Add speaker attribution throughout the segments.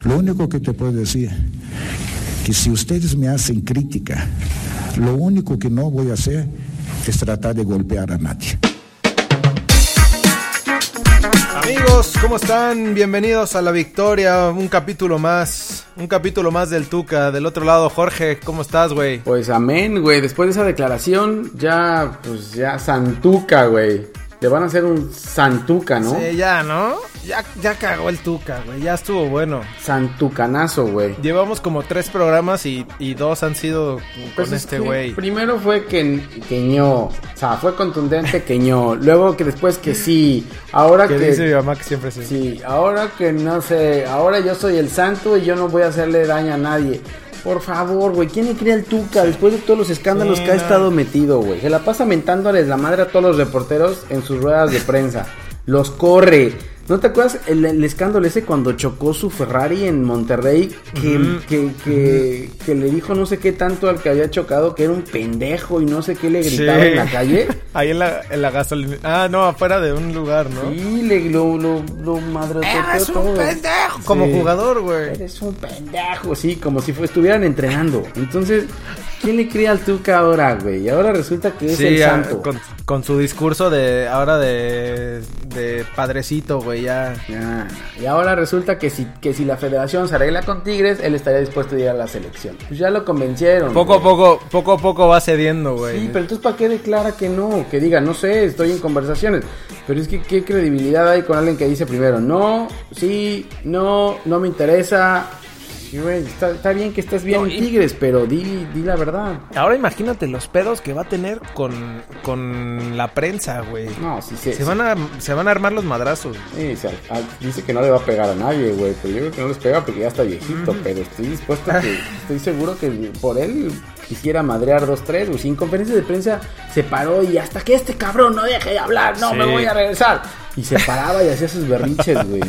Speaker 1: Lo único que te puedo decir, que si ustedes me hacen crítica, lo único que no voy a hacer es tratar de golpear a nadie.
Speaker 2: Amigos, ¿cómo están? Bienvenidos a La Victoria, un capítulo más, un capítulo más del Tuca. Del otro lado, Jorge, ¿cómo estás, güey?
Speaker 3: Pues amén, güey. Después de esa declaración, ya, pues ya Santuca, güey. Le van a hacer un Santuca, ¿no?
Speaker 2: Sí, ya, ¿no? Ya, ya cagó el Tuca, güey, ya estuvo bueno.
Speaker 3: Santucanazo, güey.
Speaker 2: Llevamos como tres programas y, y dos han sido con
Speaker 3: Pues es
Speaker 2: este
Speaker 3: que
Speaker 2: güey.
Speaker 3: Primero fue que queñó, o sea, fue contundente queñó. Luego que después que sí, ahora
Speaker 2: Que
Speaker 3: que,
Speaker 2: dice mi mamá que siempre sí.
Speaker 3: sí, ahora que no sé, ahora yo soy el santo y yo no voy a hacerle daño a nadie. Por favor, güey, ¿quién le crea el Tuca después de todos los escándalos
Speaker 2: Sí,
Speaker 3: que ha
Speaker 2: no.
Speaker 3: estado metido, güey? Se la pasa mentándoles la madre a todos los reporteros en sus ruedas de prensa. Los corre. ¿No te acuerdas el, el escándalo ese cuando chocó su Ferrari en Monterrey? Que, que, que, que le dijo no sé qué tanto al que había chocado que era un pendejo y no sé qué le
Speaker 2: Sí.
Speaker 3: gritaba en la calle.
Speaker 2: Ahí en la, en la gasolina. Ah, no, afuera de un lugar, ¿no?
Speaker 3: Y le lo, lo, lo madreteó todo.
Speaker 2: Como
Speaker 3: Sí.
Speaker 2: jugador, güey.
Speaker 3: Eres un pendejo, sí, como si fu- estuvieran entrenando. Entonces, ¿quién le cría al Tuca ahora, güey? Y ahora resulta que es el
Speaker 2: Sí, ah,
Speaker 3: santo.
Speaker 2: con, con su discurso de ahora de, de padrecito, güey, ya.
Speaker 3: Ya, Y ahora resulta que si, que si la federación se arregla con Tigres, él estaría dispuesto a ir a la selección. Pues ya lo convencieron.
Speaker 2: Poco a
Speaker 3: güey.
Speaker 2: poco, poco a poco va cediendo, güey.
Speaker 3: Sí, pero entonces ¿para qué declara que no? Que diga, no sé, estoy en conversaciones. Pero es que ¿qué credibilidad hay con alguien que dice primero, no, sí, no, no me interesa? Y, güey, está, está bien que estás bien
Speaker 2: No,
Speaker 3: en
Speaker 2: y-
Speaker 3: Tigres, pero di, di la verdad.
Speaker 2: Ahora imagínate los pedos que va a tener con, con la prensa, güey.
Speaker 3: No, sí, sí.
Speaker 2: Se van a, se van a armar los madrazos.
Speaker 3: Sí, o sea, ah, dice que no le va a pegar a nadie, güey. Pero yo creo que no les pega porque ya está viejito. Pero estoy dispuesto a que. Estoy seguro que por él quisiera madrear dos, tres. güey. Si en conferencia de prensa se paró y hasta que este cabrón no deje de hablar, no
Speaker 2: Sí.
Speaker 3: me voy a regresar. Y se paraba y hacía sus berrinches, güey.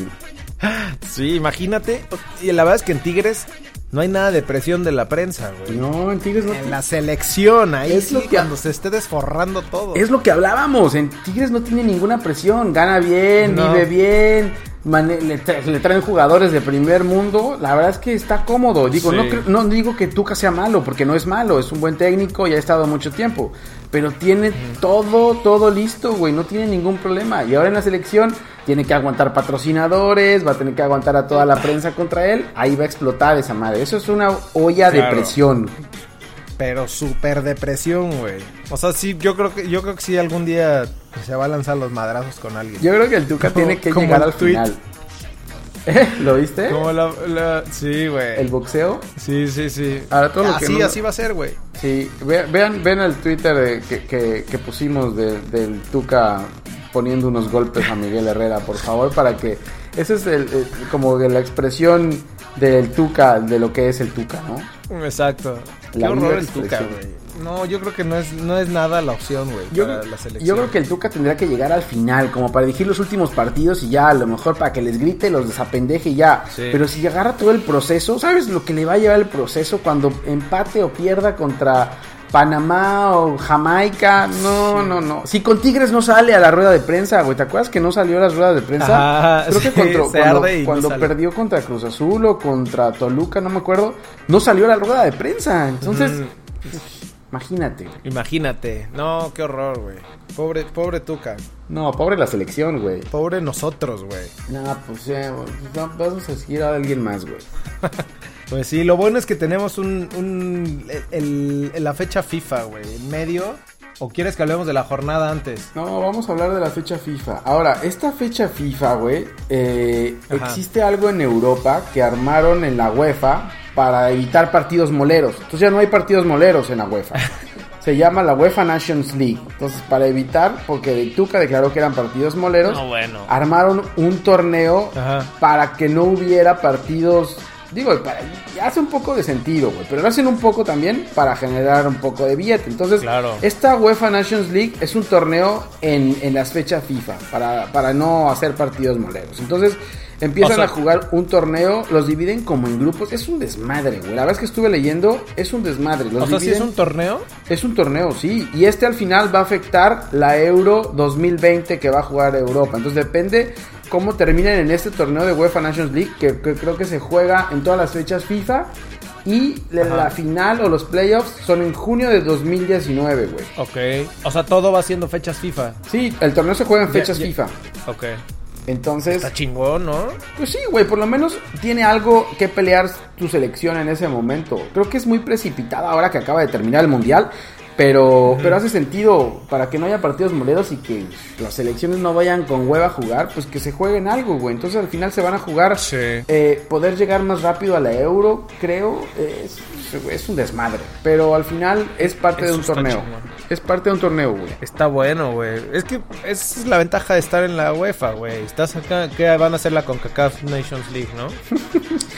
Speaker 2: Sí, imagínate. Y la verdad es que en Tigres no hay nada de presión de la prensa, güey.
Speaker 3: No, en Tigres no.
Speaker 2: En la selección, ahí
Speaker 3: Es
Speaker 2: sí,
Speaker 3: lo que-
Speaker 2: cuando se esté desforrando todo.
Speaker 3: Es lo que hablábamos. En Tigres no tiene ninguna presión. Gana bien,
Speaker 2: No.
Speaker 3: vive bien. mane- le, tra- le traen jugadores de primer mundo. La verdad es que está cómodo. Digo, no,
Speaker 2: Sí.
Speaker 3: creo- no digo que Tuca sea malo, porque no es malo. Es un buen técnico y ha estado mucho tiempo. Pero tiene todo, todo listo, güey. No tiene ningún problema. Y ahora en la selección tiene que aguantar patrocinadores, va a tener que aguantar a toda la prensa contra él. Ahí va a explotar esa madre. Eso es una olla de
Speaker 2: Claro.
Speaker 3: presión.
Speaker 2: Pero súper depresión, güey. O sea, sí, yo creo que, yo creo que sí algún día se va a lanzar los madrazos con alguien.
Speaker 3: Yo creo que el Tuca
Speaker 2: Como-
Speaker 3: tiene que
Speaker 2: como
Speaker 3: llegar
Speaker 2: el
Speaker 3: al
Speaker 2: tweet.
Speaker 3: final. ¿Eh? ¿Lo viste?
Speaker 2: Como la, la- sí, güey.
Speaker 3: El boxeo.
Speaker 2: Sí, sí, sí.
Speaker 3: Ahora, todo lo que
Speaker 2: así,
Speaker 3: no-
Speaker 2: así va a ser, güey.
Speaker 3: Sí, ve- vean, vean el Twitter de- que, que- que pusimos de- del Tuca poniendo unos golpes a Miguel Herrera, por favor, para que... Esa es el, eh, como que la expresión del Tuca, de lo que es el Tuca, ¿no?
Speaker 2: Exacto. Qué
Speaker 3: La
Speaker 2: horror
Speaker 3: libre
Speaker 2: el Tuca,
Speaker 3: expresión.
Speaker 2: güey. No, yo creo que no es, no es nada la opción, güey,
Speaker 3: Yo,
Speaker 2: para
Speaker 3: creo-
Speaker 2: la selección.
Speaker 3: yo creo que el Tuca tendría que llegar al final, como para dirigir los últimos partidos y ya, a lo mejor para que les grite, los desapendeje y ya.
Speaker 2: Sí.
Speaker 3: Pero si agarra todo el proceso, ¿sabes lo que le va a llevar el proceso cuando empate o pierda contra Panamá o Jamaica? No, no, no. Si con Tigres no sale a la rueda de prensa, güey, ¿te acuerdas que no salió a las ruedas de prensa?
Speaker 2: Ajá,
Speaker 3: creo que
Speaker 2: sí,
Speaker 3: contra-
Speaker 2: se
Speaker 3: cuando,
Speaker 2: arde y no
Speaker 3: cuando
Speaker 2: sale.
Speaker 3: perdió contra Cruz Azul o contra Toluca, no me acuerdo, no salió a la rueda de prensa. Entonces,
Speaker 2: Mm.
Speaker 3: imagínate.
Speaker 2: Imagínate. No, qué horror, güey. Pobre, pobre Tuca.
Speaker 3: No, pobre la selección, güey.
Speaker 2: Pobre nosotros, güey.
Speaker 3: No, pues ya, va- vamos a seguir a alguien más, güey.
Speaker 2: Pues sí, lo bueno es que tenemos un, un el- el- la fecha FIFA, güey, en medio. ¿O quieres que hablemos de la jornada antes?
Speaker 3: No, vamos a hablar de la fecha FIFA. Ahora, esta fecha FIFA, güey, eh,
Speaker 2: Ajá.
Speaker 3: existe algo en Europa que armaron en la UEFA para evitar partidos moleros. Entonces ya no hay partidos moleros en la UEFA. Se llama la UEFA Nations League. Entonces, para evitar, porque el Tuca declaró que eran partidos moleros,
Speaker 2: No, bueno.
Speaker 3: armaron un torneo
Speaker 2: Ajá.
Speaker 3: para que no hubiera partidos. Digo, para- hace un poco de sentido, güey, pero lo hacen un poco también para generar un poco de billete. Entonces,
Speaker 2: Claro.
Speaker 3: esta UEFA Nations League es un torneo en, en las fechas FIFA para, para no hacer partidos moleros. Entonces, empiezan
Speaker 2: O sea-
Speaker 3: a jugar un torneo, los dividen como en grupos. Es un desmadre, güey. La verdad es que estuve leyendo, es un desmadre. Los
Speaker 2: O sea, si es
Speaker 3: dividen-
Speaker 2: un torneo.
Speaker 3: es un torneo, sí. Y este al final va a afectar la Euro 2020 que va a jugar Europa. Entonces depende cómo terminan en este torneo de UEFA Nations League, que, que creo que se juega en todas las fechas FIFA. Y la,
Speaker 2: Ajá.
Speaker 3: la final o los playoffs son en junio de 2019, güey.
Speaker 2: Ok. O sea, todo va siendo fechas FIFA.
Speaker 3: Sí, el torneo se juega en fechas
Speaker 2: ya.
Speaker 3: FIFA.
Speaker 2: Ok.
Speaker 3: Entonces,
Speaker 2: Está chingón, ¿no?
Speaker 3: pues sí, güey, por lo menos tiene algo que pelear tu selección en ese momento. Creo que es muy precipitada ahora que acaba de terminar el mundial, pero, pero hace sentido para que no haya partidos moleros y que las selecciones no vayan con hueva a jugar, pues que se jueguen algo, güey. Entonces al final se van a jugar
Speaker 2: Sí.
Speaker 3: eh, poder llegar más rápido a la euro, creo, es, es un desmadre. Pero al final es parte
Speaker 2: Eso
Speaker 3: de un
Speaker 2: está
Speaker 3: torneo.
Speaker 2: chingón.
Speaker 3: Es parte de un torneo, güey.
Speaker 2: Está bueno, güey. Es que esa es la ventaja de estar en la UEFA, güey. Estás acá, que van a hacer la CONCACAF Nations League, ¿no?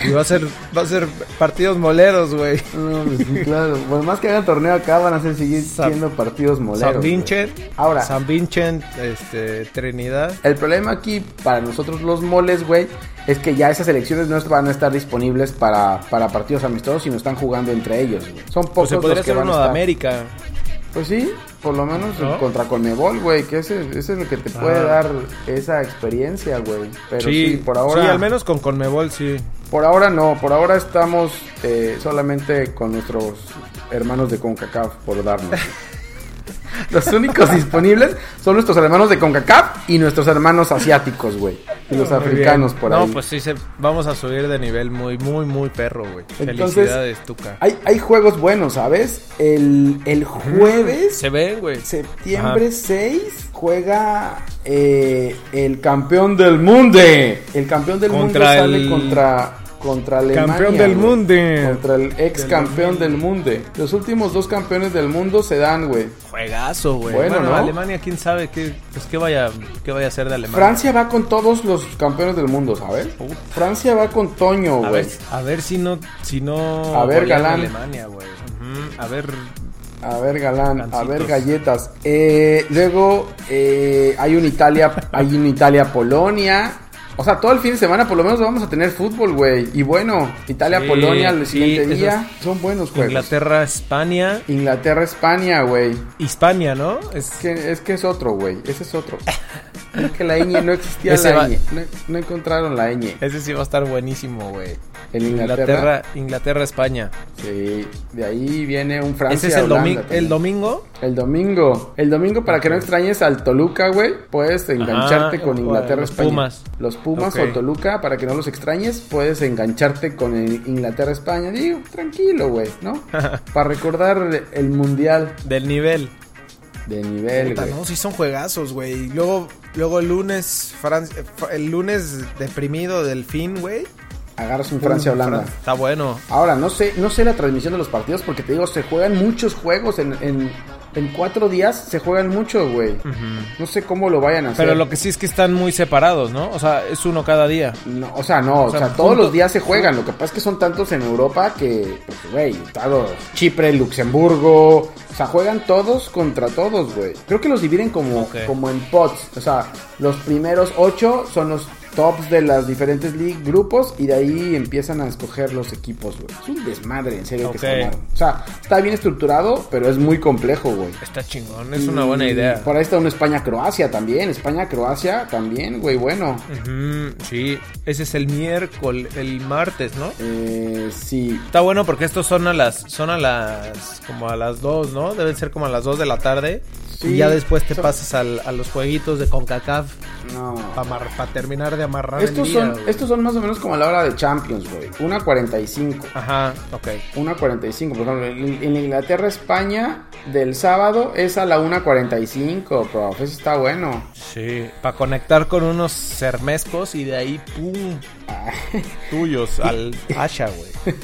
Speaker 2: Y va a ser, va a ser partidos moleros, güey.
Speaker 3: No, pues sí, claro. Pues más que hagan torneo acá van a hacer seguir
Speaker 2: San-
Speaker 3: siendo partidos moleros.
Speaker 2: San
Speaker 3: güey.
Speaker 2: Vincent,
Speaker 3: Ahora.
Speaker 2: San Vincent, este, Trinidad.
Speaker 3: El problema aquí para nosotros los moles, güey, es que ya esas elecciones no van a estar disponibles para, para partidos amistosos, sino están jugando entre ellos. güey. Son pocos
Speaker 2: Pues se podría
Speaker 3: los que
Speaker 2: hacer
Speaker 3: van a
Speaker 2: uno de
Speaker 3: estar.
Speaker 2: América.
Speaker 3: Pues sí, por lo menos
Speaker 2: ¿No?
Speaker 3: contra Conmebol, güey, que ese, ese es lo que te puede
Speaker 2: Ah.
Speaker 3: dar esa experiencia, güey. Pero sí, por ahora
Speaker 2: Sí, al menos con Conmebol, sí.
Speaker 3: Por ahora no, por ahora estamos eh, solamente con nuestros hermanos de CONCACAF por darnos. Los únicos disponibles son nuestros hermanos de CONCACAF y nuestros hermanos asiáticos, güey. Y los
Speaker 2: Muy
Speaker 3: africanos
Speaker 2: bien.
Speaker 3: por
Speaker 2: no,
Speaker 3: ahí.
Speaker 2: pues sí, se, vamos a subir de nivel muy, muy, muy perro, güey.
Speaker 3: Entonces,
Speaker 2: Felicidades, Tuca.
Speaker 3: hay, hay juegos buenos, ¿sabes? El, el jueves,
Speaker 2: Se ven, güey.
Speaker 3: septiembre 6, juega eh, el campeón del mundo. El campeón del mundo
Speaker 2: Contra
Speaker 3: sale
Speaker 2: el-
Speaker 3: contra, contra Alemania.
Speaker 2: Campeón del
Speaker 3: güey.
Speaker 2: mundo.
Speaker 3: Contra el ex campeón del mundo. Los últimos dos campeones del mundo se dan, güey.
Speaker 2: Juegazo, güey.
Speaker 3: Bueno,
Speaker 2: Bueno,
Speaker 3: ¿no?
Speaker 2: Alemania, quién sabe qué, pues, qué vaya, qué vaya a ser de Alemania.
Speaker 3: Francia va con todos los campeones del mundo, ¿sabes?
Speaker 2: Puta.
Speaker 3: Francia va con Toño,
Speaker 2: a ver,
Speaker 3: güey.
Speaker 2: a ver si no, si no.
Speaker 3: A ver,
Speaker 2: golean
Speaker 3: Galán.
Speaker 2: Alemania, güey. Ujú, A ver.
Speaker 3: A ver, galán, a
Speaker 2: Gancitos.
Speaker 3: ver, galletas. Eh, luego eh, hay un Italia, hay un Italia Polonia. O sea, todo el fin de semana por lo menos vamos a tener fútbol, güey. Y bueno, Italia Polonia el
Speaker 2: sí,
Speaker 3: siguiente
Speaker 2: esos-
Speaker 3: día. Son buenos juegos. Inglaterra,
Speaker 2: Inglaterra, España,
Speaker 3: España, güey.
Speaker 2: Hispania, ¿no? Es
Speaker 3: Es que, es que es otro, güey. Ese es otro. Es que la ñ no existía
Speaker 2: Ese
Speaker 3: la
Speaker 2: va-
Speaker 3: ñ. No, no encontraron la ñ.
Speaker 2: Ese sí va a estar buenísimo, güey.
Speaker 3: En Inglaterra.
Speaker 2: Inglaterra, Inglaterra, España.
Speaker 3: Sí, de ahí viene un Francia.
Speaker 2: Ese es el, domi-
Speaker 3: Holanda
Speaker 2: el
Speaker 3: también.
Speaker 2: domingo.
Speaker 3: El domingo. El domingo, para que no extrañes al Toluca, güey, puedes engancharte
Speaker 2: Ah,
Speaker 3: con
Speaker 2: o a
Speaker 3: Inglaterra,
Speaker 2: los
Speaker 3: España.
Speaker 2: Pumas.
Speaker 3: Los Pumas
Speaker 2: Ok.
Speaker 3: o Toluca, para que no los extrañes, puedes engancharte con el Inglaterra, España. Digo, tranquilo, güey, ¿no? para recordar el mundial
Speaker 2: Del nivel.
Speaker 3: de nivel,
Speaker 4: Puta,
Speaker 3: güey.
Speaker 4: no, sí son juegazos, güey. Luego, luego el lunes, Fran- eh, fa- el lunes deprimido del fin, güey.
Speaker 3: Agarras un Francia-Holanda.
Speaker 4: Fran-
Speaker 2: Está bueno.
Speaker 3: Ahora, no sé, no sé la transmisión de los partidos porque te digo, se juegan muchos juegos en, en, en cuatro días, se juegan muchos, güey. No sé cómo lo vayan a hacer.
Speaker 2: Pero lo que sí es que están muy separados, ¿no? O sea, es uno cada día.
Speaker 3: No, o sea, no, o, sea,
Speaker 2: sea,
Speaker 3: todos
Speaker 2: punto-
Speaker 3: los días se juegan. Lo que pasa es que son tantos en Europa que, pues, güey, claro, Chipre, Luxemburgo. O sea, juegan todos contra todos, güey. Creo que los dividen como,
Speaker 2: Ok.
Speaker 3: como en pots. O sea, los primeros ocho son los tops de las diferentes league grupos y de ahí empiezan a escoger los equipos, güey. Es un desmadre, en serio,
Speaker 2: Ok.
Speaker 3: que se armaron. O sea, está bien estructurado, pero es muy complejo, güey.
Speaker 2: Está chingón, es una
Speaker 3: Mm,
Speaker 2: buena idea.
Speaker 3: Por ahí está un España-Croacia también. España-Croacia también, güey, bueno.
Speaker 2: Ujú, sí, ese es el miércoles, el martes, ¿no?
Speaker 3: Eh, sí,
Speaker 2: Está bueno porque estos son a las, son a las, como a las 2, ¿no? Deben ser como a las 2 de la tarde.
Speaker 3: Sí,
Speaker 2: y ya después te
Speaker 3: son-
Speaker 2: pasas al- a los jueguitos de CONCACAF
Speaker 3: No.
Speaker 2: para terminar de amarrar
Speaker 3: Estos
Speaker 2: el día,
Speaker 3: son,
Speaker 2: güey.
Speaker 3: estos son más o menos como a la hora de Champions, güey. Una 45.
Speaker 2: Ajá, ok.
Speaker 3: 1.45, por ejemplo, en en Inglaterra, España, del sábado es a la 1.45, profe, eso está bueno.
Speaker 2: Sí, para conectar con unos cermescos y de ahí, pum,
Speaker 3: Ah.
Speaker 2: tuyos al Asha, güey.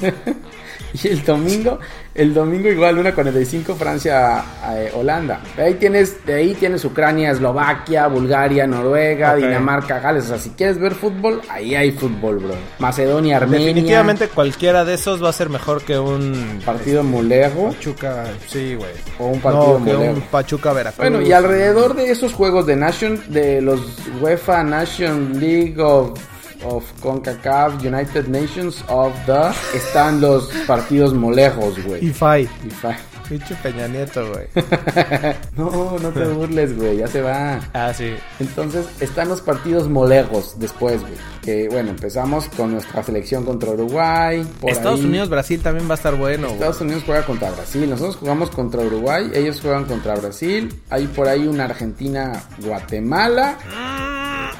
Speaker 3: Y el domingo, el domingo igual, 1.45, Francia, eh, Holanda. Ahí tienes, de ahí tienes Ucrania, Eslovaquia, Bulgaria, Noruega,
Speaker 2: Ok.
Speaker 3: Dinamarca, Gales. O sea, si quieres ver fútbol, ahí hay fútbol, bro. Macedonia, Armenia.
Speaker 2: Definitivamente cualquiera de esos va a ser mejor que un
Speaker 3: Partido mulego
Speaker 4: Pachuca, sí, güey.
Speaker 3: o un partido
Speaker 4: no, que
Speaker 3: mulego.
Speaker 4: un Pachuca Veracruz.
Speaker 3: Bueno, y alrededor de esos juegos de Nation, de los UEFA Nation League of, of CONCACAF, United Nations of the, están los partidos molejos,
Speaker 4: Y
Speaker 3: güey.
Speaker 4: Fai.
Speaker 3: Y fa-
Speaker 4: Pinche Peña Nieto, güey.
Speaker 3: no, no te burles, güey, ya se va.
Speaker 2: Ah, sí.
Speaker 3: Entonces están los partidos molejos después, güey. Que bueno, empezamos con nuestra selección contra Uruguay. por
Speaker 2: Estados
Speaker 3: ahí.
Speaker 2: Unidos, Brasil también va a estar bueno. güey.
Speaker 3: Estados Unidos juega contra Brasil, nosotros jugamos contra Uruguay, ellos juegan contra Brasil, hay por ahí una Argentina, Guatemala,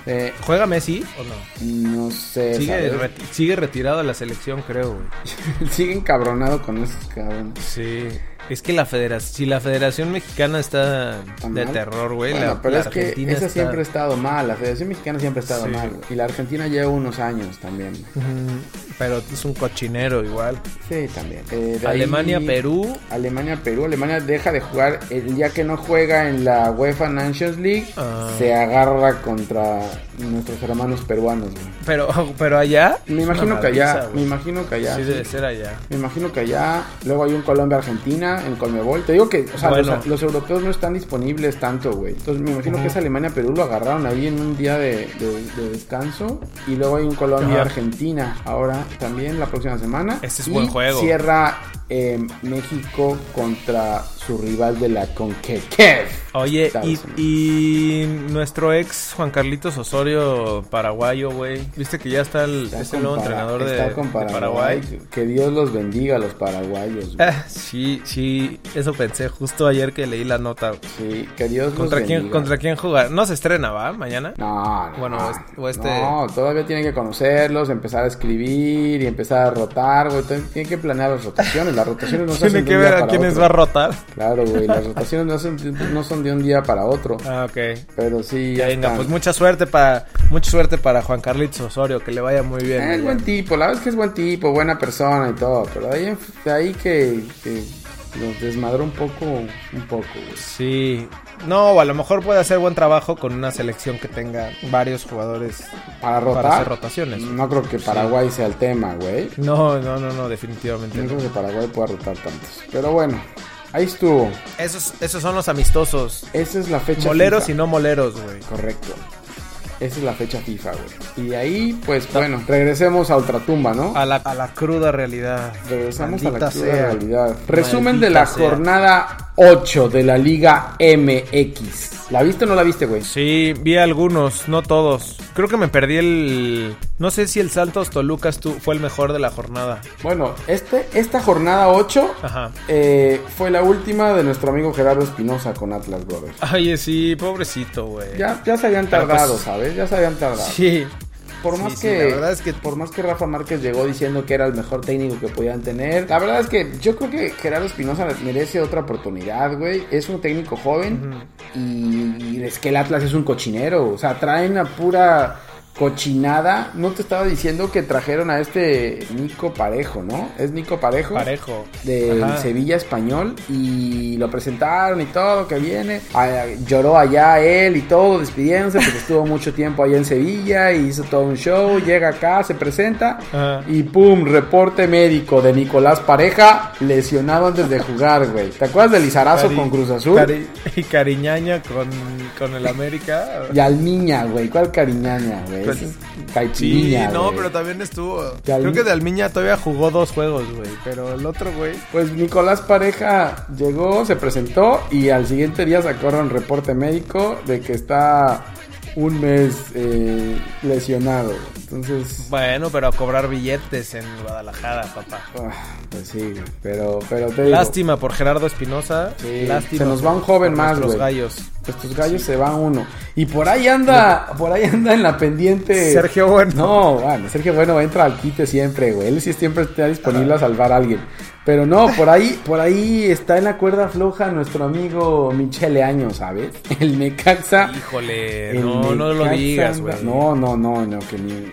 Speaker 3: Eh,
Speaker 2: ¿Juega Messi o no?
Speaker 3: no sé,
Speaker 2: Sigue,
Speaker 3: ¿sabes?
Speaker 2: reti- sigue retirado de la selección, creo, güey.
Speaker 3: sigue encabronado con esos cabrones.
Speaker 2: Sí. Es que la federación, si la Federación Mexicana está
Speaker 3: Está
Speaker 2: de
Speaker 3: mal.
Speaker 2: terror, güey.
Speaker 3: Bueno,
Speaker 2: la,
Speaker 3: pero
Speaker 2: la
Speaker 3: es que
Speaker 2: Argentina
Speaker 3: esa
Speaker 2: está-
Speaker 3: siempre ha estado mal, la Federación Mexicana siempre ha estado
Speaker 2: Sí.
Speaker 3: mal, güey. y la Argentina lleva unos años también.
Speaker 2: Ujú, Pero es un cochinero igual.
Speaker 3: Sí, también. Eh, de ahí-
Speaker 2: Alemania, Perú.
Speaker 3: Alemania, Perú, Alemania deja de jugar el día que no juega en la UEFA Nations League,
Speaker 2: Ah.
Speaker 3: se agarra contra nuestros hermanos peruanos. güey.
Speaker 2: Pero, pero allá.
Speaker 3: Me
Speaker 2: es una
Speaker 3: imagino que
Speaker 2: madriza,
Speaker 3: allá, me
Speaker 2: güey.
Speaker 3: imagino que allá.
Speaker 2: Sí,
Speaker 3: sí.
Speaker 2: debe ser allá.
Speaker 3: Me imagino que allá, luego hay un Colombia-Argentina en Colmebol. Te digo que, o sea,
Speaker 2: Bueno.
Speaker 3: los, los europeos no están disponibles tanto, güey. Entonces me imagino que es Alemania-Perú, lo agarraron ahí en un día de, de- de descanso. Y luego hay un Colombia-Argentina ahora también la próxima semana.
Speaker 2: Ese es
Speaker 3: Y
Speaker 2: buen juego.
Speaker 3: Cierra eh, México contra su rival de la CONCACAF.
Speaker 2: Oye,
Speaker 3: Estados
Speaker 2: y,
Speaker 3: Unidos.
Speaker 2: y nuestro ex Juan Carlitos Osorio, paraguayo, güey. Viste que ya está el,
Speaker 3: Está
Speaker 2: es el
Speaker 3: con
Speaker 2: nuevo
Speaker 3: Para-
Speaker 2: entrenador de,
Speaker 3: está con
Speaker 2: de
Speaker 3: Paraguay.
Speaker 2: Paraguay.
Speaker 3: Que Dios los bendiga a los paraguayos. güey.
Speaker 2: Ah, sí, sí, eso pensé justo ayer que leí la nota. güey.
Speaker 3: Sí, que Dios los
Speaker 2: ¿Contra quién,
Speaker 3: bendiga.
Speaker 2: ¿Contra quién jugar? No se estrena, ¿va? Mañana.
Speaker 3: No, no,
Speaker 2: Bueno,
Speaker 3: no,
Speaker 2: o este- o este-
Speaker 3: No, todavía tienen que conocerlos, empezar a escribir y empezar a rotar, güey. Tienen- Tienen que planear las rotaciones. Las rotaciones no se
Speaker 2: Tiene
Speaker 3: hacen de
Speaker 2: que
Speaker 3: un
Speaker 2: ver
Speaker 3: día
Speaker 2: a
Speaker 3: para
Speaker 2: quiénes
Speaker 3: otro.
Speaker 2: va a rotar.
Speaker 3: Claro, güey. Las rotaciones no, hacen- no son de un día para otro.
Speaker 2: Ah, ok.
Speaker 3: Pero sí, ya
Speaker 2: Venga,
Speaker 3: están.
Speaker 2: pues mucha suerte para mucha suerte para Juan Carlitos Osorio, que le vaya muy bien.
Speaker 3: Eh, es buen tipo, la verdad es que es buen tipo, buena persona y todo. Pero de ahí, en- de ahí que, que los desmadró un poco, un poco, güey.
Speaker 2: Sí. No, o a lo mejor puede hacer buen trabajo con una selección que tenga varios jugadores.
Speaker 3: Para rotar.
Speaker 2: hacer rotaciones.
Speaker 3: No creo que Paraguay sea el tema, güey.
Speaker 2: No, no, no, no, definitivamente.
Speaker 3: No
Speaker 2: no.
Speaker 3: creo que Paraguay pueda rotar tantos. Pero bueno, ahí estuvo.
Speaker 2: Esos, esos son los amistosos.
Speaker 3: Esa es la fecha.
Speaker 2: Moleros
Speaker 3: FIFA.
Speaker 2: y no moleros, güey.
Speaker 3: Correcto. Esa es la fecha FIFA, güey. Y de ahí, pues bueno, regresemos a Ultratumba, ¿no?
Speaker 2: A la, a la cruda realidad.
Speaker 3: Regresamos a la
Speaker 2: Maldita
Speaker 3: cruda
Speaker 2: sea.
Speaker 3: realidad. Resumen de
Speaker 2: Maldita
Speaker 3: la
Speaker 2: sea.
Speaker 3: jornada 8 de la Liga MX. ¿La viste o no la viste, güey?
Speaker 2: Sí, vi algunos, no todos. Creo que me perdí el. No sé si el Santos Toluca estu- fue el mejor de la jornada.
Speaker 3: Bueno, este, esta jornada 8
Speaker 2: Ajá.
Speaker 3: eh, fue la última de nuestro amigo Gerardo Espinosa con Atlas Brothers.
Speaker 2: Ay, sí, pobrecito, güey.
Speaker 3: Ya, ya se habían
Speaker 2: Pero,
Speaker 3: tardado,
Speaker 2: pues,
Speaker 3: ¿sabes? Ya se habían tardado.
Speaker 2: Sí.
Speaker 3: Por
Speaker 2: Sí,
Speaker 3: más
Speaker 2: sí,
Speaker 3: que,
Speaker 2: la verdad es que-
Speaker 3: por más que Rafa Márquez llegó diciendo que era el mejor técnico que podían tener, la verdad es que yo creo que Gerardo Espinosa merece otra oportunidad, güey. Es un técnico joven y, y es que el Atlas es un cochinero, o sea, traen a pura cochinada. No te estaba diciendo que trajeron a este Nico Parejo, ¿no? Es Nico Parejo.
Speaker 2: Parejo.
Speaker 3: De
Speaker 2: Ajá.
Speaker 3: Sevilla español y lo presentaron y todo que viene Ah, lloró allá él y todo despidiéndose porque estuvo mucho tiempo allá en Sevilla y hizo todo un show llega acá se presenta
Speaker 2: Ajá.
Speaker 3: y pum reporte médico de Nicolás Pareja lesionado antes de jugar güey te acuerdas del Lizarazo
Speaker 2: Cari-
Speaker 3: con Cruz Azul
Speaker 2: Cari- y Cariñaña con, con el América.
Speaker 3: y al niña güey cuál cariñaña güey
Speaker 2: Pues,
Speaker 3: Ese es
Speaker 2: sí,
Speaker 3: Caipirinha,
Speaker 2: no,
Speaker 3: güey.
Speaker 2: pero también estuvo.
Speaker 3: Y al-
Speaker 2: Creo que de Almiña todavía jugó dos juegos, güey. Pero el otro, güey.
Speaker 3: Pues Nicolás Pareja llegó, se presentó y al siguiente día sacaron reporte médico de que está un mes eh, lesionado. Entonces,
Speaker 2: Bueno, pero a cobrar billetes en Guadalajara, papá.
Speaker 3: ah, pues sí, güey, pero, pero te digo,
Speaker 2: Lástima por Gerardo Espinosa.
Speaker 3: Sí,
Speaker 2: Lástima.
Speaker 3: se nos
Speaker 2: por-
Speaker 3: va un joven
Speaker 2: por
Speaker 3: más,
Speaker 2: nuestros
Speaker 3: güey.
Speaker 2: gallos.
Speaker 3: pues tus gallos se va uno. Y por ahí anda, por ahí anda en la pendiente.
Speaker 2: Sergio Bueno.
Speaker 3: No, bueno, Sergio Bueno entra al quite siempre, güey. Él sí siempre está disponible
Speaker 2: Ah.
Speaker 3: a salvar a alguien. Pero no, por ahí, por ahí está en la cuerda floja nuestro amigo Michele Año, ¿sabes? El Necaxa.
Speaker 2: Híjole,
Speaker 3: El
Speaker 2: no, no lo
Speaker 3: Necaxa
Speaker 2: digas,
Speaker 3: anda-
Speaker 2: güey.
Speaker 3: No, no, no, no, que ni.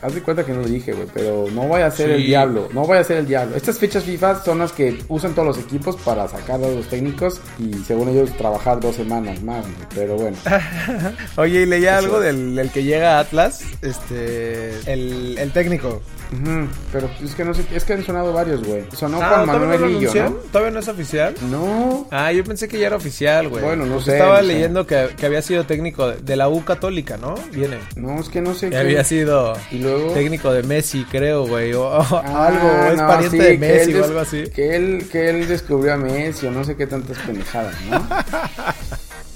Speaker 3: Haz de cuenta que no lo dije, güey, pero no vaya a ser el
Speaker 2: Sí.
Speaker 3: diablo, no vaya a ser el diablo. Estas fechas FIFA son las que usan todos los equipos para sacar a los técnicos y según ellos trabajar dos semanas más, güey, pero bueno.
Speaker 2: Ah. Oye, y leía algo del, del que llega a Atlas. Este. El, el técnico.
Speaker 3: Ujú, pero es que no sé, es que han sonado varios, güey. Sonó
Speaker 2: Ah, ¿todavía
Speaker 3: Juan Manuel
Speaker 2: no lo
Speaker 3: Lillo,
Speaker 2: anunciaron? ¿Todavía no es oficial?
Speaker 3: ¿no? No,
Speaker 2: Ah, yo pensé que ya era oficial, güey.
Speaker 3: Bueno, no
Speaker 2: Porque
Speaker 3: sé,
Speaker 2: Estaba
Speaker 3: no sé.
Speaker 2: leyendo que, que había sido técnico de la U Católica, ¿no? Viene.
Speaker 3: no, es que no sé
Speaker 2: Que había sido
Speaker 3: Y luego-
Speaker 2: técnico de Messi, creo, güey. O, o
Speaker 3: Ah,
Speaker 2: algo, o es
Speaker 3: no,
Speaker 2: pariente
Speaker 3: sí,
Speaker 2: de
Speaker 3: que él
Speaker 2: Messi o
Speaker 3: des-
Speaker 2: algo así.
Speaker 3: Que él, que él descubrió a Messi o no sé qué tantas pendejadas, ¿no?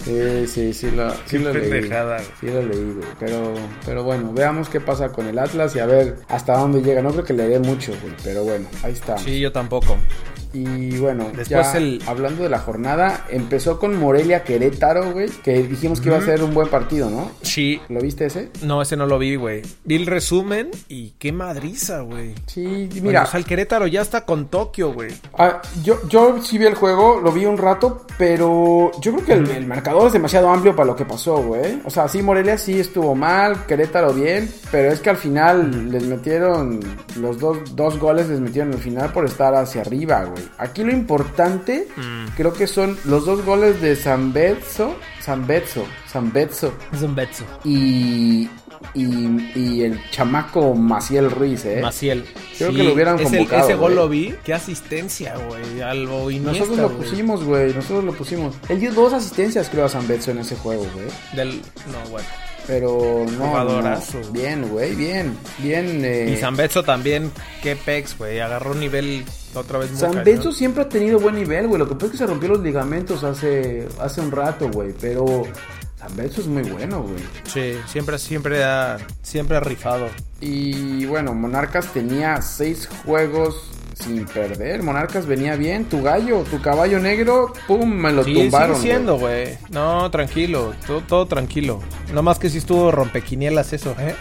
Speaker 3: Sí, sí, sí la, sí
Speaker 2: Qué
Speaker 3: la leí.
Speaker 2: pendejada, güey.
Speaker 3: Sí la leí, güey. Pero, pero bueno, veamos qué pasa con el Atlas y a ver hasta dónde llega. No creo que le dé mucho, güey. Pero bueno, ahí está.
Speaker 2: Sí, yo tampoco.
Speaker 3: Y bueno,
Speaker 2: Después
Speaker 3: ya
Speaker 2: el-
Speaker 3: hablando de la jornada, empezó con Morelia Querétaro, güey. Que dijimos que iba a ser un buen partido, ¿no?
Speaker 2: Sí.
Speaker 3: ¿Lo viste ese?
Speaker 2: No, ese no lo vi, güey. Vi el resumen y qué madriza, güey.
Speaker 3: Sí,
Speaker 2: Mira,
Speaker 3: mira.
Speaker 2: el Querétaro ya está con Tokio, güey.
Speaker 3: Ah, yo, yo sí vi el juego, lo vi un rato, pero yo creo que el, el marcador es demasiado amplio para lo que pasó, güey. O sea, sí, Morelia sí estuvo mal, Querétaro bien, pero es que al final les metieron los dos, dos goles, les metieron al final por estar hacia arriba, güey. Aquí lo importante creo que son los dos goles de Zambetso, Zambetso, Zambetso
Speaker 2: Es un betso.
Speaker 3: y, y, y el chamaco Maciel Ruiz, eh.
Speaker 2: Maciel.
Speaker 3: Creo que lo hubieran
Speaker 2: ese-
Speaker 3: convocado,
Speaker 2: Ese gol
Speaker 3: güey.
Speaker 2: lo vi. Qué asistencia, güey. Algo Iniesta,
Speaker 3: Nosotros lo
Speaker 2: güey.
Speaker 3: pusimos, güey. Nosotros lo pusimos. Él dio dos asistencias, creo, a Zambetso en ese juego, güey.
Speaker 2: Del... No, güey.
Speaker 3: Pero no, no.
Speaker 2: Jugadorazo.
Speaker 3: Bien, güey, bien. Bien. Eh.
Speaker 2: Y Zambetso también. Qué pex, güey. Agarró un nivel otra vez muy
Speaker 3: Zambetso
Speaker 2: cañón.
Speaker 3: siempre ha tenido buen nivel, güey. Lo que pasa es que se rompió los ligamentos hace, hace un rato, güey. Pero Zambetso es muy bueno, güey.
Speaker 2: Sí, siempre, siempre ha, siempre ha rifado.
Speaker 3: Y bueno, Monarcas tenía seis juegos sin perder. Monarcas venía bien. Tu gallo, tu caballo negro, pum, me lo
Speaker 2: Sí,
Speaker 3: tumbaron.
Speaker 2: sigue
Speaker 3: güey.
Speaker 2: siendo, güey. No, tranquilo. Todo, todo tranquilo. No más que si estuvo rompequinielas eso, ¿eh?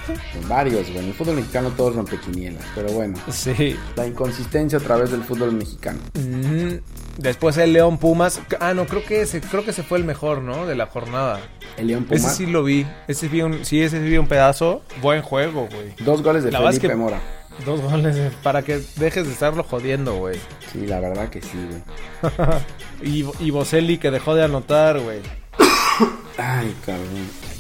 Speaker 3: Varios, güey. En el fútbol mexicano todos rompequinielas. Pero bueno.
Speaker 2: Sí.
Speaker 3: La inconsistencia a través del fútbol mexicano.
Speaker 2: Mm, Después el León Pumas. Ah, no, creo que ese, creo que ese fue el mejor, ¿no? De la jornada.
Speaker 3: El León Puma,
Speaker 2: Ese sí lo vi. Ese vi un, sí, ese sí vi un pedazo. Buen juego, güey.
Speaker 3: dos goles de
Speaker 2: La verdad es
Speaker 3: Felipe
Speaker 2: que-
Speaker 3: Mora.
Speaker 2: Dos goles eh, para que dejes de estarlo jodiendo, güey.
Speaker 3: Sí, la verdad que sí, güey.
Speaker 2: Y, y Boselli que dejó de anotar, güey. ¿Qué
Speaker 3: Ay, cabrón.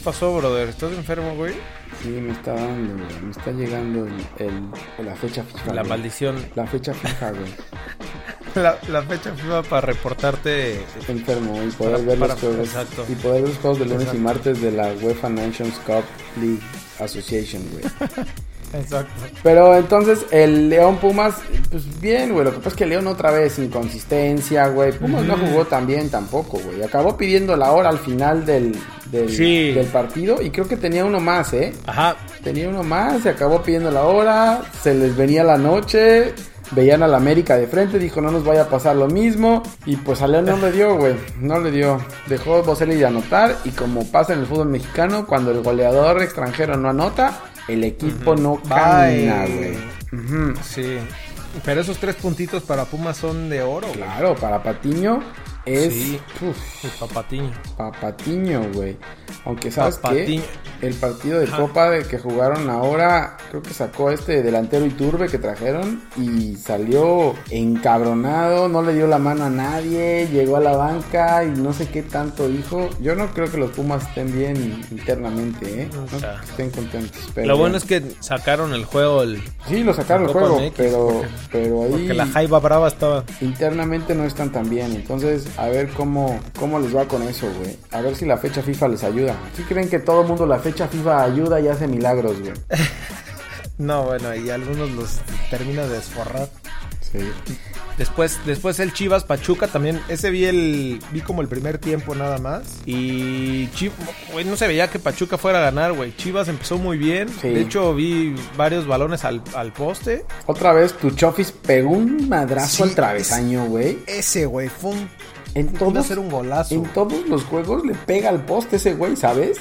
Speaker 2: pasó, brother? ¿Estás enfermo, güey?
Speaker 3: Sí, me está dando, güey. Me está llegando el, el- la fecha fija.
Speaker 2: La
Speaker 3: güey.
Speaker 2: maldición.
Speaker 3: La fecha fija, güey.
Speaker 2: La, la fecha fue para reportarte.
Speaker 3: Enfermo, y poder
Speaker 2: Para-
Speaker 3: ver los
Speaker 2: para-
Speaker 3: juegos.
Speaker 2: exacto.
Speaker 3: Y poder ver los juegos de lunes y martes de la UEFA Nations Cup League Association, güey.
Speaker 2: Exacto.
Speaker 3: Pero entonces el León Pumas, pues bien, güey. Lo que pasa es que León otra vez inconsistencia, güey. Pumas no jugó tan bien tampoco, güey. Acabó pidiendo la hora al final del, del,
Speaker 2: Sí.
Speaker 3: del partido y creo que tenía uno más, ¿eh?
Speaker 2: Ajá.
Speaker 3: Tenía uno más, se acabó pidiendo la hora, se les venía la noche, veían a la América de frente, dijo no nos vaya a pasar lo mismo. Y pues a León no le dio, güey. No le dio. Dejó Boselli de anotar y como pasa en el fútbol mexicano, cuando el goleador extranjero no anota, el equipo no gana,
Speaker 2: Bye.
Speaker 3: güey. Ujú.
Speaker 2: Sí. Pero esos tres puntitos para Pumas son de oro, güey.
Speaker 3: Claro, para Patiño es.
Speaker 2: Sí.
Speaker 3: Uf,
Speaker 2: Y Papatiño.
Speaker 3: para Patiño, güey. Aunque sabes que
Speaker 2: Patiño.
Speaker 3: el partido de Copa de que jugaron ahora, creo que sacó este delantero Iturbe que trajeron y salió encabronado, no le dio la mano a nadie, llegó a la banca y no sé qué tanto dijo. Yo no creo que los Pumas estén bien internamente, ¿eh? No
Speaker 2: O sea.
Speaker 3: creo que estén contentos. Pero
Speaker 2: Lo bueno es que sacaron el juego el-
Speaker 3: sí, lo sacaron el
Speaker 2: Copa
Speaker 3: juego,
Speaker 2: MX,
Speaker 3: pero,
Speaker 2: porque-
Speaker 3: pero ahí
Speaker 2: porque la jaiba brava estaba.
Speaker 3: internamente no están tan bien. Entonces, a ver cómo, cómo les va con eso, güey. A ver si la fecha FIFA les ayuda. ¿Sí creen que todo el mundo la fecha FIFA ayuda y hace milagros, güey?
Speaker 2: No, bueno, y algunos los termina de esforrar.
Speaker 3: Sí.
Speaker 2: Después, después el Chivas Pachuca también. Ese vi el. Vi como el primer tiempo nada más. Y Chivas, no se veía que Pachuca fuera a ganar, güey. Chivas empezó muy bien.
Speaker 3: Sí.
Speaker 2: De hecho, vi varios balones al, al poste.
Speaker 3: Otra vez, tu Chofis pegó un madrazo
Speaker 2: Sí,
Speaker 3: al travesaño, güey.
Speaker 2: Ese, güey, fue un.
Speaker 3: En
Speaker 2: iba
Speaker 3: todos,
Speaker 2: a ser un golazo.
Speaker 3: en todos los juegos le pega al poste ese güey, ¿sabes?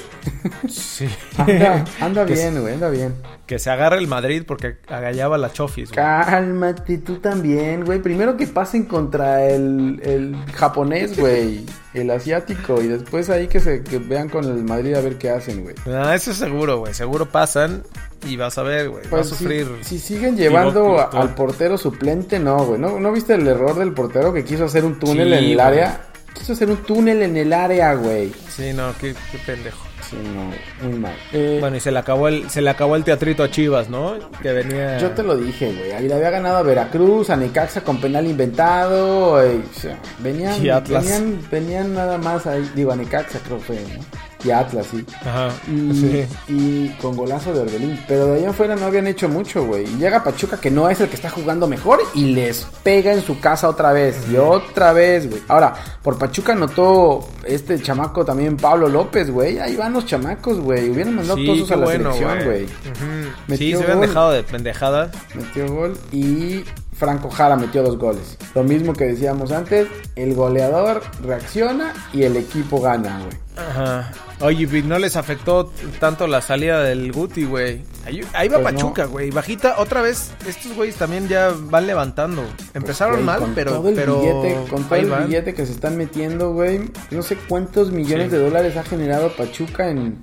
Speaker 2: Sí.
Speaker 3: Anda, anda
Speaker 2: Que se-
Speaker 3: bien, güey, anda bien.
Speaker 2: Que se agarra el Madrid porque agallaba la Chofis. güey.
Speaker 3: Cálmate, tú también, güey. Primero que pasen contra el, el japonés, güey. El asiático. Y después ahí que se que vean con el Madrid a ver qué hacen, güey.
Speaker 2: Ah, eso es seguro, güey. Seguro pasan y vas a ver, güey.
Speaker 3: Pues,
Speaker 2: vas a
Speaker 3: si-
Speaker 2: sufrir.
Speaker 3: Si, siguen llevando
Speaker 2: Pivot,
Speaker 3: a-
Speaker 2: pivot.
Speaker 3: al portero suplente, no, güey. ¿No, ¿No viste el error del portero que quiso hacer un túnel
Speaker 2: Sí,
Speaker 3: en el
Speaker 2: güey.
Speaker 3: área? Quiso hacer un túnel en el área, güey.
Speaker 2: Sí, no, qué, qué pendejo.
Speaker 3: Sí, no, muy mal. Eh,
Speaker 2: Bueno, y se le acabó el, se le acabó el teatrito a Chivas, ¿no? Que venía.
Speaker 3: Yo te lo dije, güey. Ahí le había ganado a Veracruz, a Necaxa con penal inventado. y, o sea, venían,
Speaker 2: Y Atlas.
Speaker 3: venían, venían nada más ahí. Digo, a Necaxa creo que fue, ¿no? y a Atlas, sí.
Speaker 2: Ajá.
Speaker 3: Y,
Speaker 2: Sí.
Speaker 3: y con golazo de Orbelín. Pero de allá afuera no habían hecho mucho, güey. Y llega Pachuca, que no es el que está jugando mejor, y les pega en su casa otra vez. Y otra vez, güey. Ahora, por Pachuca anotó este chamaco también, Pablo López, güey. Ahí van los chamacos, güey. Hubieran mandado todos
Speaker 2: Sí,
Speaker 3: esos
Speaker 2: qué
Speaker 3: a la
Speaker 2: bueno,
Speaker 3: selección,
Speaker 2: güey.
Speaker 3: güey.
Speaker 2: Ujú. Sí,
Speaker 3: Metió
Speaker 2: se habían
Speaker 3: gol.
Speaker 2: dejado de pendejadas.
Speaker 3: Metió gol y Franco Jara metió dos goles. Lo mismo que decíamos antes, el goleador reacciona y el equipo gana, güey.
Speaker 2: Ajá. Oye, y no les afectó tanto la salida del Guti, güey. Ahí, ahí va
Speaker 3: Pues no.
Speaker 2: Pachuca, güey. Bajita, otra vez, estos güeyes también ya van levantando. Empezaron
Speaker 3: Pues, Güey,
Speaker 2: mal,
Speaker 3: con
Speaker 2: pero.
Speaker 3: todo el
Speaker 2: pero
Speaker 3: billete, con todo
Speaker 2: ahí
Speaker 3: el
Speaker 2: van.
Speaker 3: billete que se están metiendo, güey. No sé cuántos millones
Speaker 2: Sí.
Speaker 3: de dólares ha generado Pachuca en,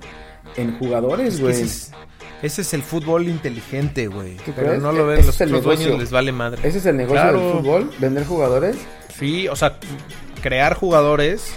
Speaker 3: en jugadores, güey.
Speaker 2: Ese es, ese es el fútbol inteligente, güey.
Speaker 3: ¿Tú
Speaker 2: Pero
Speaker 3: crees?
Speaker 2: no
Speaker 3: E-
Speaker 2: lo ven
Speaker 3: ese
Speaker 2: los
Speaker 3: es el
Speaker 2: otros dueños,
Speaker 3: negocio.
Speaker 2: les vale madre.
Speaker 3: Ese es el negocio
Speaker 2: Claro.
Speaker 3: del fútbol, vender jugadores,
Speaker 2: Sí, o sea, crear jugadores,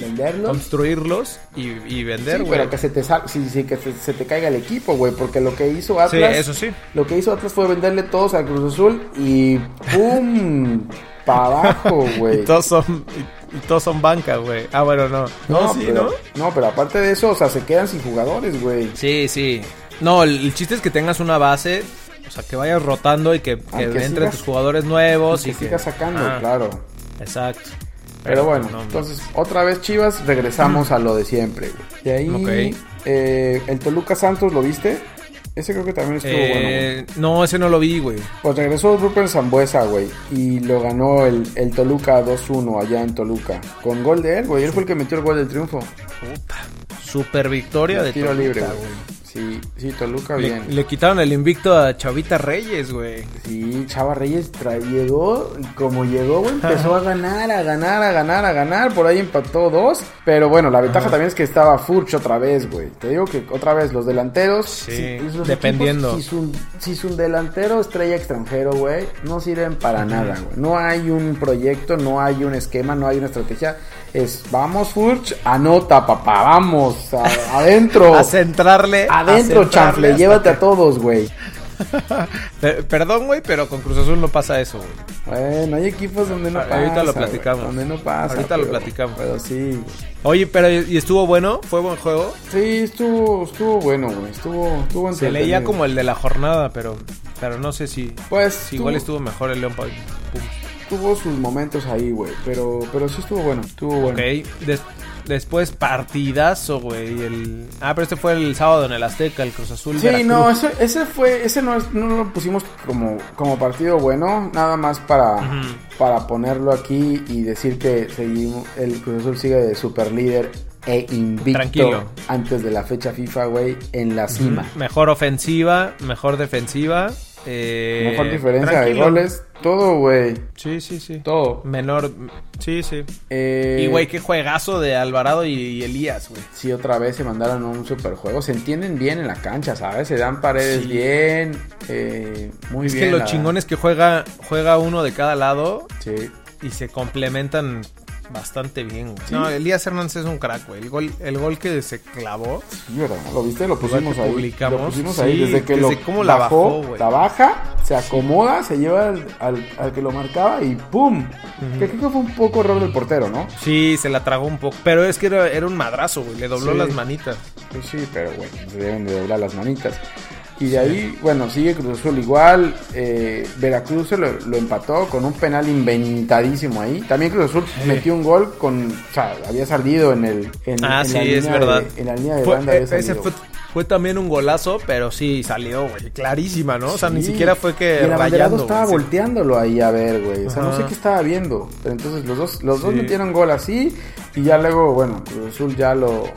Speaker 3: venderlos.
Speaker 2: construirlos y, y vender,
Speaker 3: Sí,
Speaker 2: güey.
Speaker 3: pero que se te sal- sí, sí, que se, se te caiga el equipo, güey, porque lo que hizo Atlas,
Speaker 2: Sí, eso sí.
Speaker 3: lo que hizo Atlas fue venderle todos al Cruz Azul y pum, para abajo, güey.
Speaker 2: Y todos son, y, y todos son banca, güey. Ah, bueno, no. No, sí,
Speaker 3: pero,
Speaker 2: ¿no?
Speaker 3: no, pero aparte de eso, o sea, se quedan sin jugadores, güey.
Speaker 2: Sí, sí. No, el, el chiste es que tengas una base, o sea, que vayas rotando y que, que
Speaker 3: Aunque
Speaker 2: entren
Speaker 3: sigas-
Speaker 2: tus jugadores nuevos.
Speaker 3: que
Speaker 2: y que
Speaker 3: siga sacando,
Speaker 2: Ah,
Speaker 3: claro.
Speaker 2: Exacto.
Speaker 3: Pero bueno,
Speaker 2: no, Mm.
Speaker 3: entonces otra vez Chivas, regresamos a lo de siempre. güey. De ahí,
Speaker 2: Ok.
Speaker 3: eh, el Toluca Santos, ¿lo viste? Ese creo que también estuvo bueno. güey.
Speaker 2: eh, no, ese no lo vi, güey.
Speaker 3: Pues regresó Rupert Zambuesa, güey, y lo ganó el, el Toluca 2-1 allá en Toluca. Con gol de él, güey, él fue el que metió el gol del triunfo.
Speaker 2: Puta. Super victoria de
Speaker 3: tiro
Speaker 2: Toluca,
Speaker 3: libre, güey. Sí, sí, Toluca
Speaker 2: Le,
Speaker 3: bien.
Speaker 2: le quitaron el invicto a Chavita Reyes, güey.
Speaker 3: Sí, Chava Reyes tra- llegó, y como llegó, güey, empezó a ganar, a ganar, a ganar, a ganar. Por ahí empató dos. Pero bueno, la ventaja también es que estaba Furch otra vez, güey. Te digo que otra vez los delanteros.
Speaker 2: Sí,
Speaker 3: los equipos,
Speaker 2: dependiendo.
Speaker 3: si su- si su delantero estrella extranjero, güey, no sirven para nada, güey. No hay un proyecto, no hay un esquema, no hay una estrategia. Es, vamos, Furch, anota, papá, vamos, a- adentro.
Speaker 2: A centrarle. a
Speaker 3: Oh. Adentro,
Speaker 2: centrarle
Speaker 3: chanfle,
Speaker 2: hasta
Speaker 3: llévate a todos, güey.
Speaker 2: Per- Perdón, güey, pero con Cruz Azul no pasa eso, güey.
Speaker 3: Bueno, hay equipos donde no pasa.
Speaker 2: Ahorita lo
Speaker 3: güey,
Speaker 2: platicamos.
Speaker 3: Donde no pasa.
Speaker 2: Ahorita lo platicamos.
Speaker 3: Pero sí.
Speaker 2: Oye, pero ¿y estuvo bueno? ¿Fue buen juego?
Speaker 3: Sí, estuvo, estuvo bueno, güey. Estuvo, estuvo
Speaker 2: Se leía como el de la jornada, pero, pero no sé si,
Speaker 3: Pues.
Speaker 2: si
Speaker 3: tuvo-
Speaker 2: igual estuvo mejor el León. Pau- Pum.
Speaker 3: Tuvo sus momentos ahí, güey. Pero, pero sí estuvo bueno. Estuvo bueno.
Speaker 2: Ok, des- después partidazo, güey. el- Ah, pero este fue el sábado en el Azteca, el Cruz Azul.
Speaker 3: Sí,
Speaker 2: Veracruz.
Speaker 3: no, ese, ese fue, ese no, es- no lo pusimos como, como partido bueno, nada más para, para ponerlo aquí y decir que seguimos, el Cruz Azul sigue de super líder e invicto
Speaker 2: Tranquilo.
Speaker 3: antes de la fecha FIFA, güey, en la cima.
Speaker 2: Mejor ofensiva, mejor defensiva. eh,
Speaker 3: Mejor diferencia
Speaker 2: tranquilo.
Speaker 3: de goles. Todo, güey.
Speaker 2: Sí, sí, sí.
Speaker 3: Todo.
Speaker 2: Menor. Sí, sí.
Speaker 3: Eh,
Speaker 2: Y, güey, qué juegazo de Alvarado y, y Elías, güey.
Speaker 3: Sí, otra vez se mandaron a un superjuego. Se entienden bien en la cancha, ¿sabes? Se dan paredes
Speaker 2: Sí.
Speaker 3: bien. eh, muy
Speaker 2: Es
Speaker 3: bien.
Speaker 2: que lo
Speaker 3: la-
Speaker 2: chingón es que juega, juega uno de cada lado
Speaker 3: Sí.
Speaker 2: y se complementan bastante bien, güey.
Speaker 3: Sí.
Speaker 2: No, Elías Hernández es un crack, güey. El gol, el gol que se clavó.
Speaker 3: Sí, ¿verdad? ¿Lo viste? Lo pusimos
Speaker 2: que
Speaker 3: ahí.
Speaker 2: publicamos.
Speaker 3: Lo pusimos
Speaker 2: Sí,
Speaker 3: ahí. Desde que
Speaker 2: desde
Speaker 3: lo
Speaker 2: cómo la bajó, güey.
Speaker 3: la baja, se acomoda, se lleva al, al- al que lo marcaba y ¡pum! Que creo que fue un poco error del portero, ¿no?
Speaker 2: Sí, se la tragó un poco. Pero es que era, era un madrazo, güey. Le dobló
Speaker 3: Sí.
Speaker 2: las manitas.
Speaker 3: Pues sí, pero bueno, se deben de doblar las manitas. Y de ahí, bueno, sigue Cruz Azul igual. eh, Veracruz se lo, lo empató con un penal inventadísimo ahí. También Cruz Azul metió un gol con. O sea, había salido en el. En,
Speaker 2: Ah,
Speaker 3: en
Speaker 2: sí,
Speaker 3: la
Speaker 2: es
Speaker 3: línea
Speaker 2: verdad.
Speaker 3: de- en la línea de
Speaker 2: Fue-
Speaker 3: banda
Speaker 2: eh,
Speaker 3: había
Speaker 2: ese
Speaker 3: salido.
Speaker 2: fue, fue también un golazo, pero sí salió, güey. Clarísima, ¿no? o sea, ni
Speaker 3: Sí.
Speaker 2: siquiera fue
Speaker 3: Y
Speaker 2: que
Speaker 3: el abanderado
Speaker 2: rayando.
Speaker 3: estaba
Speaker 2: güey.
Speaker 3: volteándolo ahí a ver, güey. O sea, no sé
Speaker 2: Ajá.
Speaker 3: qué estaba viendo. Pero entonces los dos, los dos
Speaker 2: Sí.
Speaker 3: metieron gol así. Y ya luego, bueno, Cruz Azul ya lo,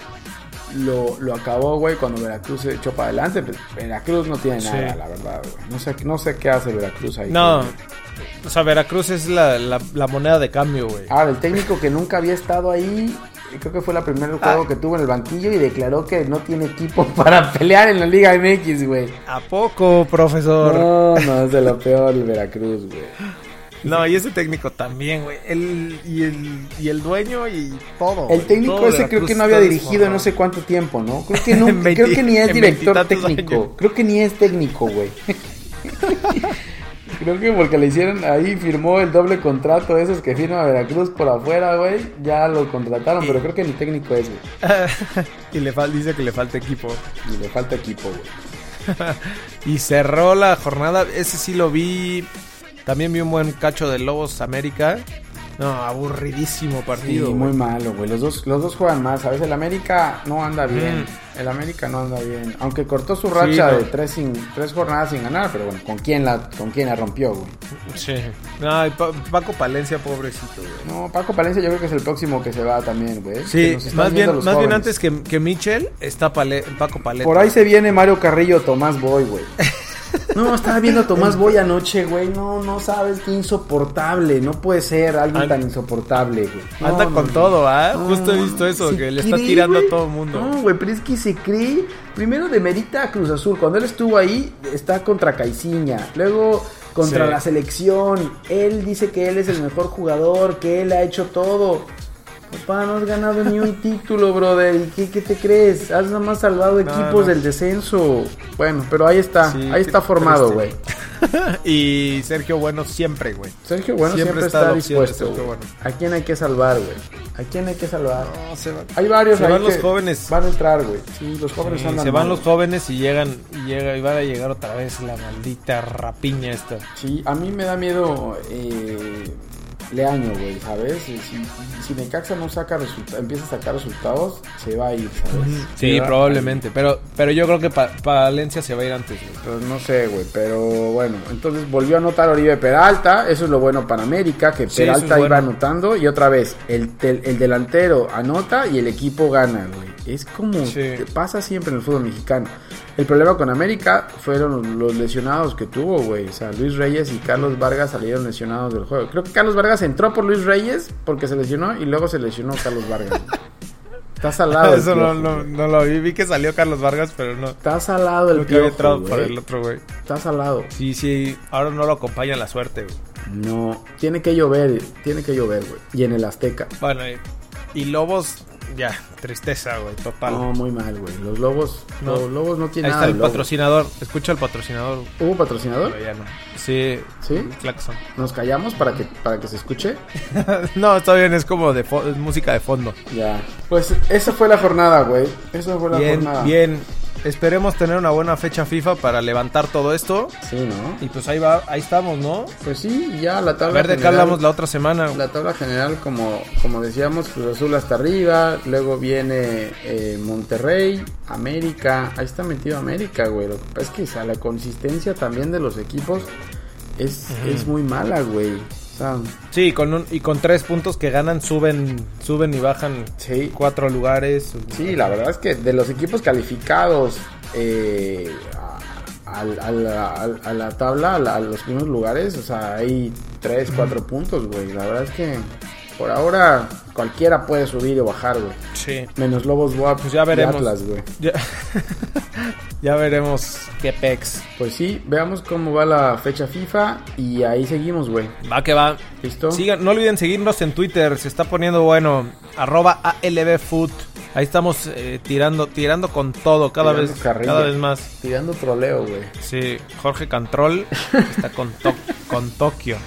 Speaker 3: lo, lo acabó, güey, cuando Veracruz se echó para adelante. Pero Veracruz no tiene
Speaker 2: Sí.
Speaker 3: nada, la verdad, güey. No sé, no sé qué hace Veracruz ahí.
Speaker 2: No.
Speaker 3: güey.
Speaker 2: O sea, Veracruz es la, la- la moneda de cambio, güey.
Speaker 3: Ahora, el Ah, técnico que nunca había estado ahí. Creo que fue la primer
Speaker 2: Ah.
Speaker 3: juego que tuvo en el banquillo y declaró que no tiene equipo para pelear en la Liga MX, güey.
Speaker 2: ¿A poco, profesor? No,
Speaker 3: No, no, es de lo peor el Veracruz, güey.
Speaker 2: y ese técnico también, güey. El, y, el, y el dueño y todo.
Speaker 3: El
Speaker 2: güey.
Speaker 3: técnico
Speaker 2: Todo
Speaker 3: ese creo
Speaker 2: Veracruz
Speaker 3: que no había
Speaker 2: está
Speaker 3: dirigido en
Speaker 2: desmoronado.
Speaker 3: no sé cuánto tiempo, ¿no? Creo que, nunca-
Speaker 2: En veinti-
Speaker 3: creo que ni es
Speaker 2: en
Speaker 3: director
Speaker 2: veintitantos
Speaker 3: técnico.
Speaker 2: años.
Speaker 3: Creo que ni es técnico, güey. Creo que porque le hicieron ahí, firmó el doble contrato, esos que firma Veracruz por afuera, güey. Ya lo contrataron, pero creo que ni técnico es, güey.
Speaker 2: y le fal- dice que le falta equipo.
Speaker 3: Y le falta equipo, güey.
Speaker 2: Y cerró la jornada. Ese sí lo vi. También vi un buen cacho de Lobos América. No, aburridísimo
Speaker 3: Sí,
Speaker 2: partido.
Speaker 3: muy
Speaker 2: güey.
Speaker 3: malo, güey. Los dos, los dos juegan más. A veces el América no anda bien. El América no anda bien. Aunque cortó su racha
Speaker 2: no.
Speaker 3: de tres, sin, tres jornadas sin ganar, pero bueno, ¿con quién la, con quién la rompió, güey?
Speaker 2: Sí. No, y Pa- Paco Palencia, pobrecito, güey.
Speaker 3: No, Paco Palencia yo creo que es el próximo que se va también, güey. Que
Speaker 2: Sí,
Speaker 3: nos están
Speaker 2: más,
Speaker 3: viendo
Speaker 2: bien,
Speaker 3: los
Speaker 2: más bien
Speaker 3: jóvenes.
Speaker 2: antes que, que Mitchell está Pale- Paco Palencia.
Speaker 3: Por ahí se viene Mario Carrillo, Tomás Boy, güey. No, estaba viendo a Tomás Boy anoche, güey. No, no sabes qué insoportable. No puede ser alguien
Speaker 2: An-
Speaker 3: tan insoportable, güey. No,
Speaker 2: Anda
Speaker 3: no,
Speaker 2: con
Speaker 3: no.
Speaker 2: todo, ¿ah?
Speaker 3: No,
Speaker 2: Justo he
Speaker 3: no,
Speaker 2: visto eso,
Speaker 3: se
Speaker 2: que le está
Speaker 3: cree,
Speaker 2: tirando
Speaker 3: güey.
Speaker 2: a todo el mundo.
Speaker 3: No, güey, pero es que se cree. Primero demerita a Cruz Azul. Cuando él estuvo ahí, está contra Caiciña. Luego contra
Speaker 2: Sí.
Speaker 3: la selección. Él dice que él es el mejor jugador, que él ha hecho todo. Papá, no has ganado ni un título, brother. ¿Y qué, qué te crees? Has nada más salvado equipos
Speaker 2: no.
Speaker 3: del descenso. Bueno, pero ahí está.
Speaker 2: Sí,
Speaker 3: ahí
Speaker 2: qué
Speaker 3: está formado, güey.
Speaker 2: triste.
Speaker 3: Ah.
Speaker 2: y Sergio Bueno siempre, güey.
Speaker 3: Sergio Bueno siempre,
Speaker 2: Siempre está
Speaker 3: está
Speaker 2: la opción de
Speaker 3: dispuesto.
Speaker 2: Sergio
Speaker 3: güey.
Speaker 2: Bueno.
Speaker 3: ¿A quién hay que salvar, güey? ¿A quién hay que salvar?
Speaker 2: No, se va.
Speaker 3: Hay varios
Speaker 2: Se
Speaker 3: ahí
Speaker 2: van los
Speaker 3: que
Speaker 2: jóvenes.
Speaker 3: Van a entrar, güey. Sí, los jóvenes
Speaker 2: Sí,
Speaker 3: andan
Speaker 2: se van
Speaker 3: mal.
Speaker 2: los jóvenes y llegan y llega y van a llegar otra vez la maldita rapiña esta.
Speaker 3: Sí, a mí me da miedo eh, Leaño, güey, ¿sabes? Si, si, si Necaxa no saca resulta- empieza a sacar resultados, se va a ir, ¿sabes?
Speaker 2: Sí,
Speaker 3: Se va
Speaker 2: probablemente, pero pero yo creo que Pa- Palencia se va a ir antes. güey.
Speaker 3: Pues no sé, güey, pero bueno, entonces volvió a anotar Oribe Peralta, eso es lo bueno para América, que
Speaker 2: Sí, eso es
Speaker 3: Peralta
Speaker 2: bueno.
Speaker 3: iba anotando y otra vez el, tel- el delantero anota y el equipo gana, güey. Es como
Speaker 2: Sí.
Speaker 3: que pasa siempre en el fútbol mexicano. El problema con América fueron los lesionados que tuvo, güey. O sea, Luis Reyes y Carlos Vargas salieron lesionados del juego. Creo que Carlos Vargas entró por Luis Reyes porque se lesionó y luego se lesionó Carlos Vargas. Está salado. el
Speaker 2: Eso no,
Speaker 3: piojo,
Speaker 2: no,
Speaker 3: güey.
Speaker 2: no lo vi, vi que salió Carlos Vargas, pero no.
Speaker 3: Está salado el
Speaker 2: Creo que había
Speaker 3: piojo,
Speaker 2: entrado
Speaker 3: güey.
Speaker 2: por el otro, güey.
Speaker 3: Está salado.
Speaker 2: Sí, sí, ahora no lo acompaña la suerte, güey.
Speaker 3: No, tiene que llover, tiene que llover, güey. Y en el Azteca.
Speaker 2: Bueno, y, y Lobos, ya, tristeza, güey, total.
Speaker 3: No, muy mal, güey. Los lobos,
Speaker 2: No.
Speaker 3: los lobos ¿Eh? no
Speaker 2: Ahí
Speaker 3: tienen
Speaker 2: está
Speaker 3: nada.
Speaker 2: el
Speaker 3: de lobo.
Speaker 2: patrocinador, escucha el patrocinador,
Speaker 3: ¿Hubo patrocinador?
Speaker 2: pero ya no. Sí,
Speaker 3: ¿Sí?
Speaker 2: claxon.
Speaker 3: ¿Nos callamos para que, para que se escuche?
Speaker 2: no, está bien, es como de fo- es música de fondo.
Speaker 3: Ya. Pues esa fue la jornada, güey. Esa fue la
Speaker 2: Bien,
Speaker 3: jornada.
Speaker 2: bien. Esperemos tener una buena fecha FIFA para levantar todo esto.
Speaker 3: Sí, ¿no?
Speaker 2: Y pues ahí va, ahí estamos, ¿no?
Speaker 3: Pues sí, ya la
Speaker 2: A
Speaker 3: tabla
Speaker 2: ver de qué
Speaker 3: general-
Speaker 2: hablamos la otra semana.
Speaker 3: La tabla general, como, como decíamos, Cruz Azul hasta arriba, luego viene eh, Monterrey, América, ahí está metido América, güey. Lo que pasa es que o sea, la consistencia también de los equipos es, es muy mala, güey. O sea,
Speaker 2: Sí, con un- y con tres puntos que ganan, suben, suben y bajan
Speaker 3: Sí.
Speaker 2: cuatro lugares.
Speaker 3: sí, la verdad es que de los equipos calificados eh, a, al- a la, al- a la tabla, a, la- a los primeros lugares, o sea, hay 3, 4 puntos, güey. La verdad es que por ahora cualquiera puede subir o bajar, güey.
Speaker 2: Sí.
Speaker 3: Menos Lobos Guap.
Speaker 2: Pues ya veremos.
Speaker 3: Y Atlas, güey.
Speaker 2: Ya, ya veremos qué pex.
Speaker 3: Pues sí, veamos cómo va la fecha FIFA y ahí seguimos, güey.
Speaker 2: Va que va.
Speaker 3: ¿Listo?
Speaker 2: Sigan, no olviden seguirnos en Twitter, se está poniendo bueno. Arroba ALBFood. Ahí estamos eh, tirando, tirando con todo, cada
Speaker 3: Tirando
Speaker 2: vez,
Speaker 3: carrilla.
Speaker 2: cada vez más.
Speaker 3: Tirando troleo, güey.
Speaker 2: Sí, Jorge Cantrol está con, To- con Tokio.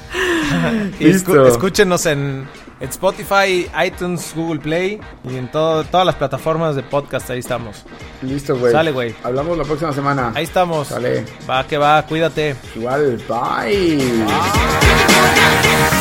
Speaker 2: Y
Speaker 3: Listo.
Speaker 2: escu- escúchenos en en Spotify, iTunes, Google Play y en todo- todas las plataformas de podcast. Ahí estamos.
Speaker 3: Listo, güey.
Speaker 2: Sale, güey.
Speaker 3: Hablamos la próxima semana.
Speaker 2: Ahí estamos.
Speaker 3: Sale.
Speaker 2: Va que va, cuídate.
Speaker 3: Igual, bye.
Speaker 5: Thank you.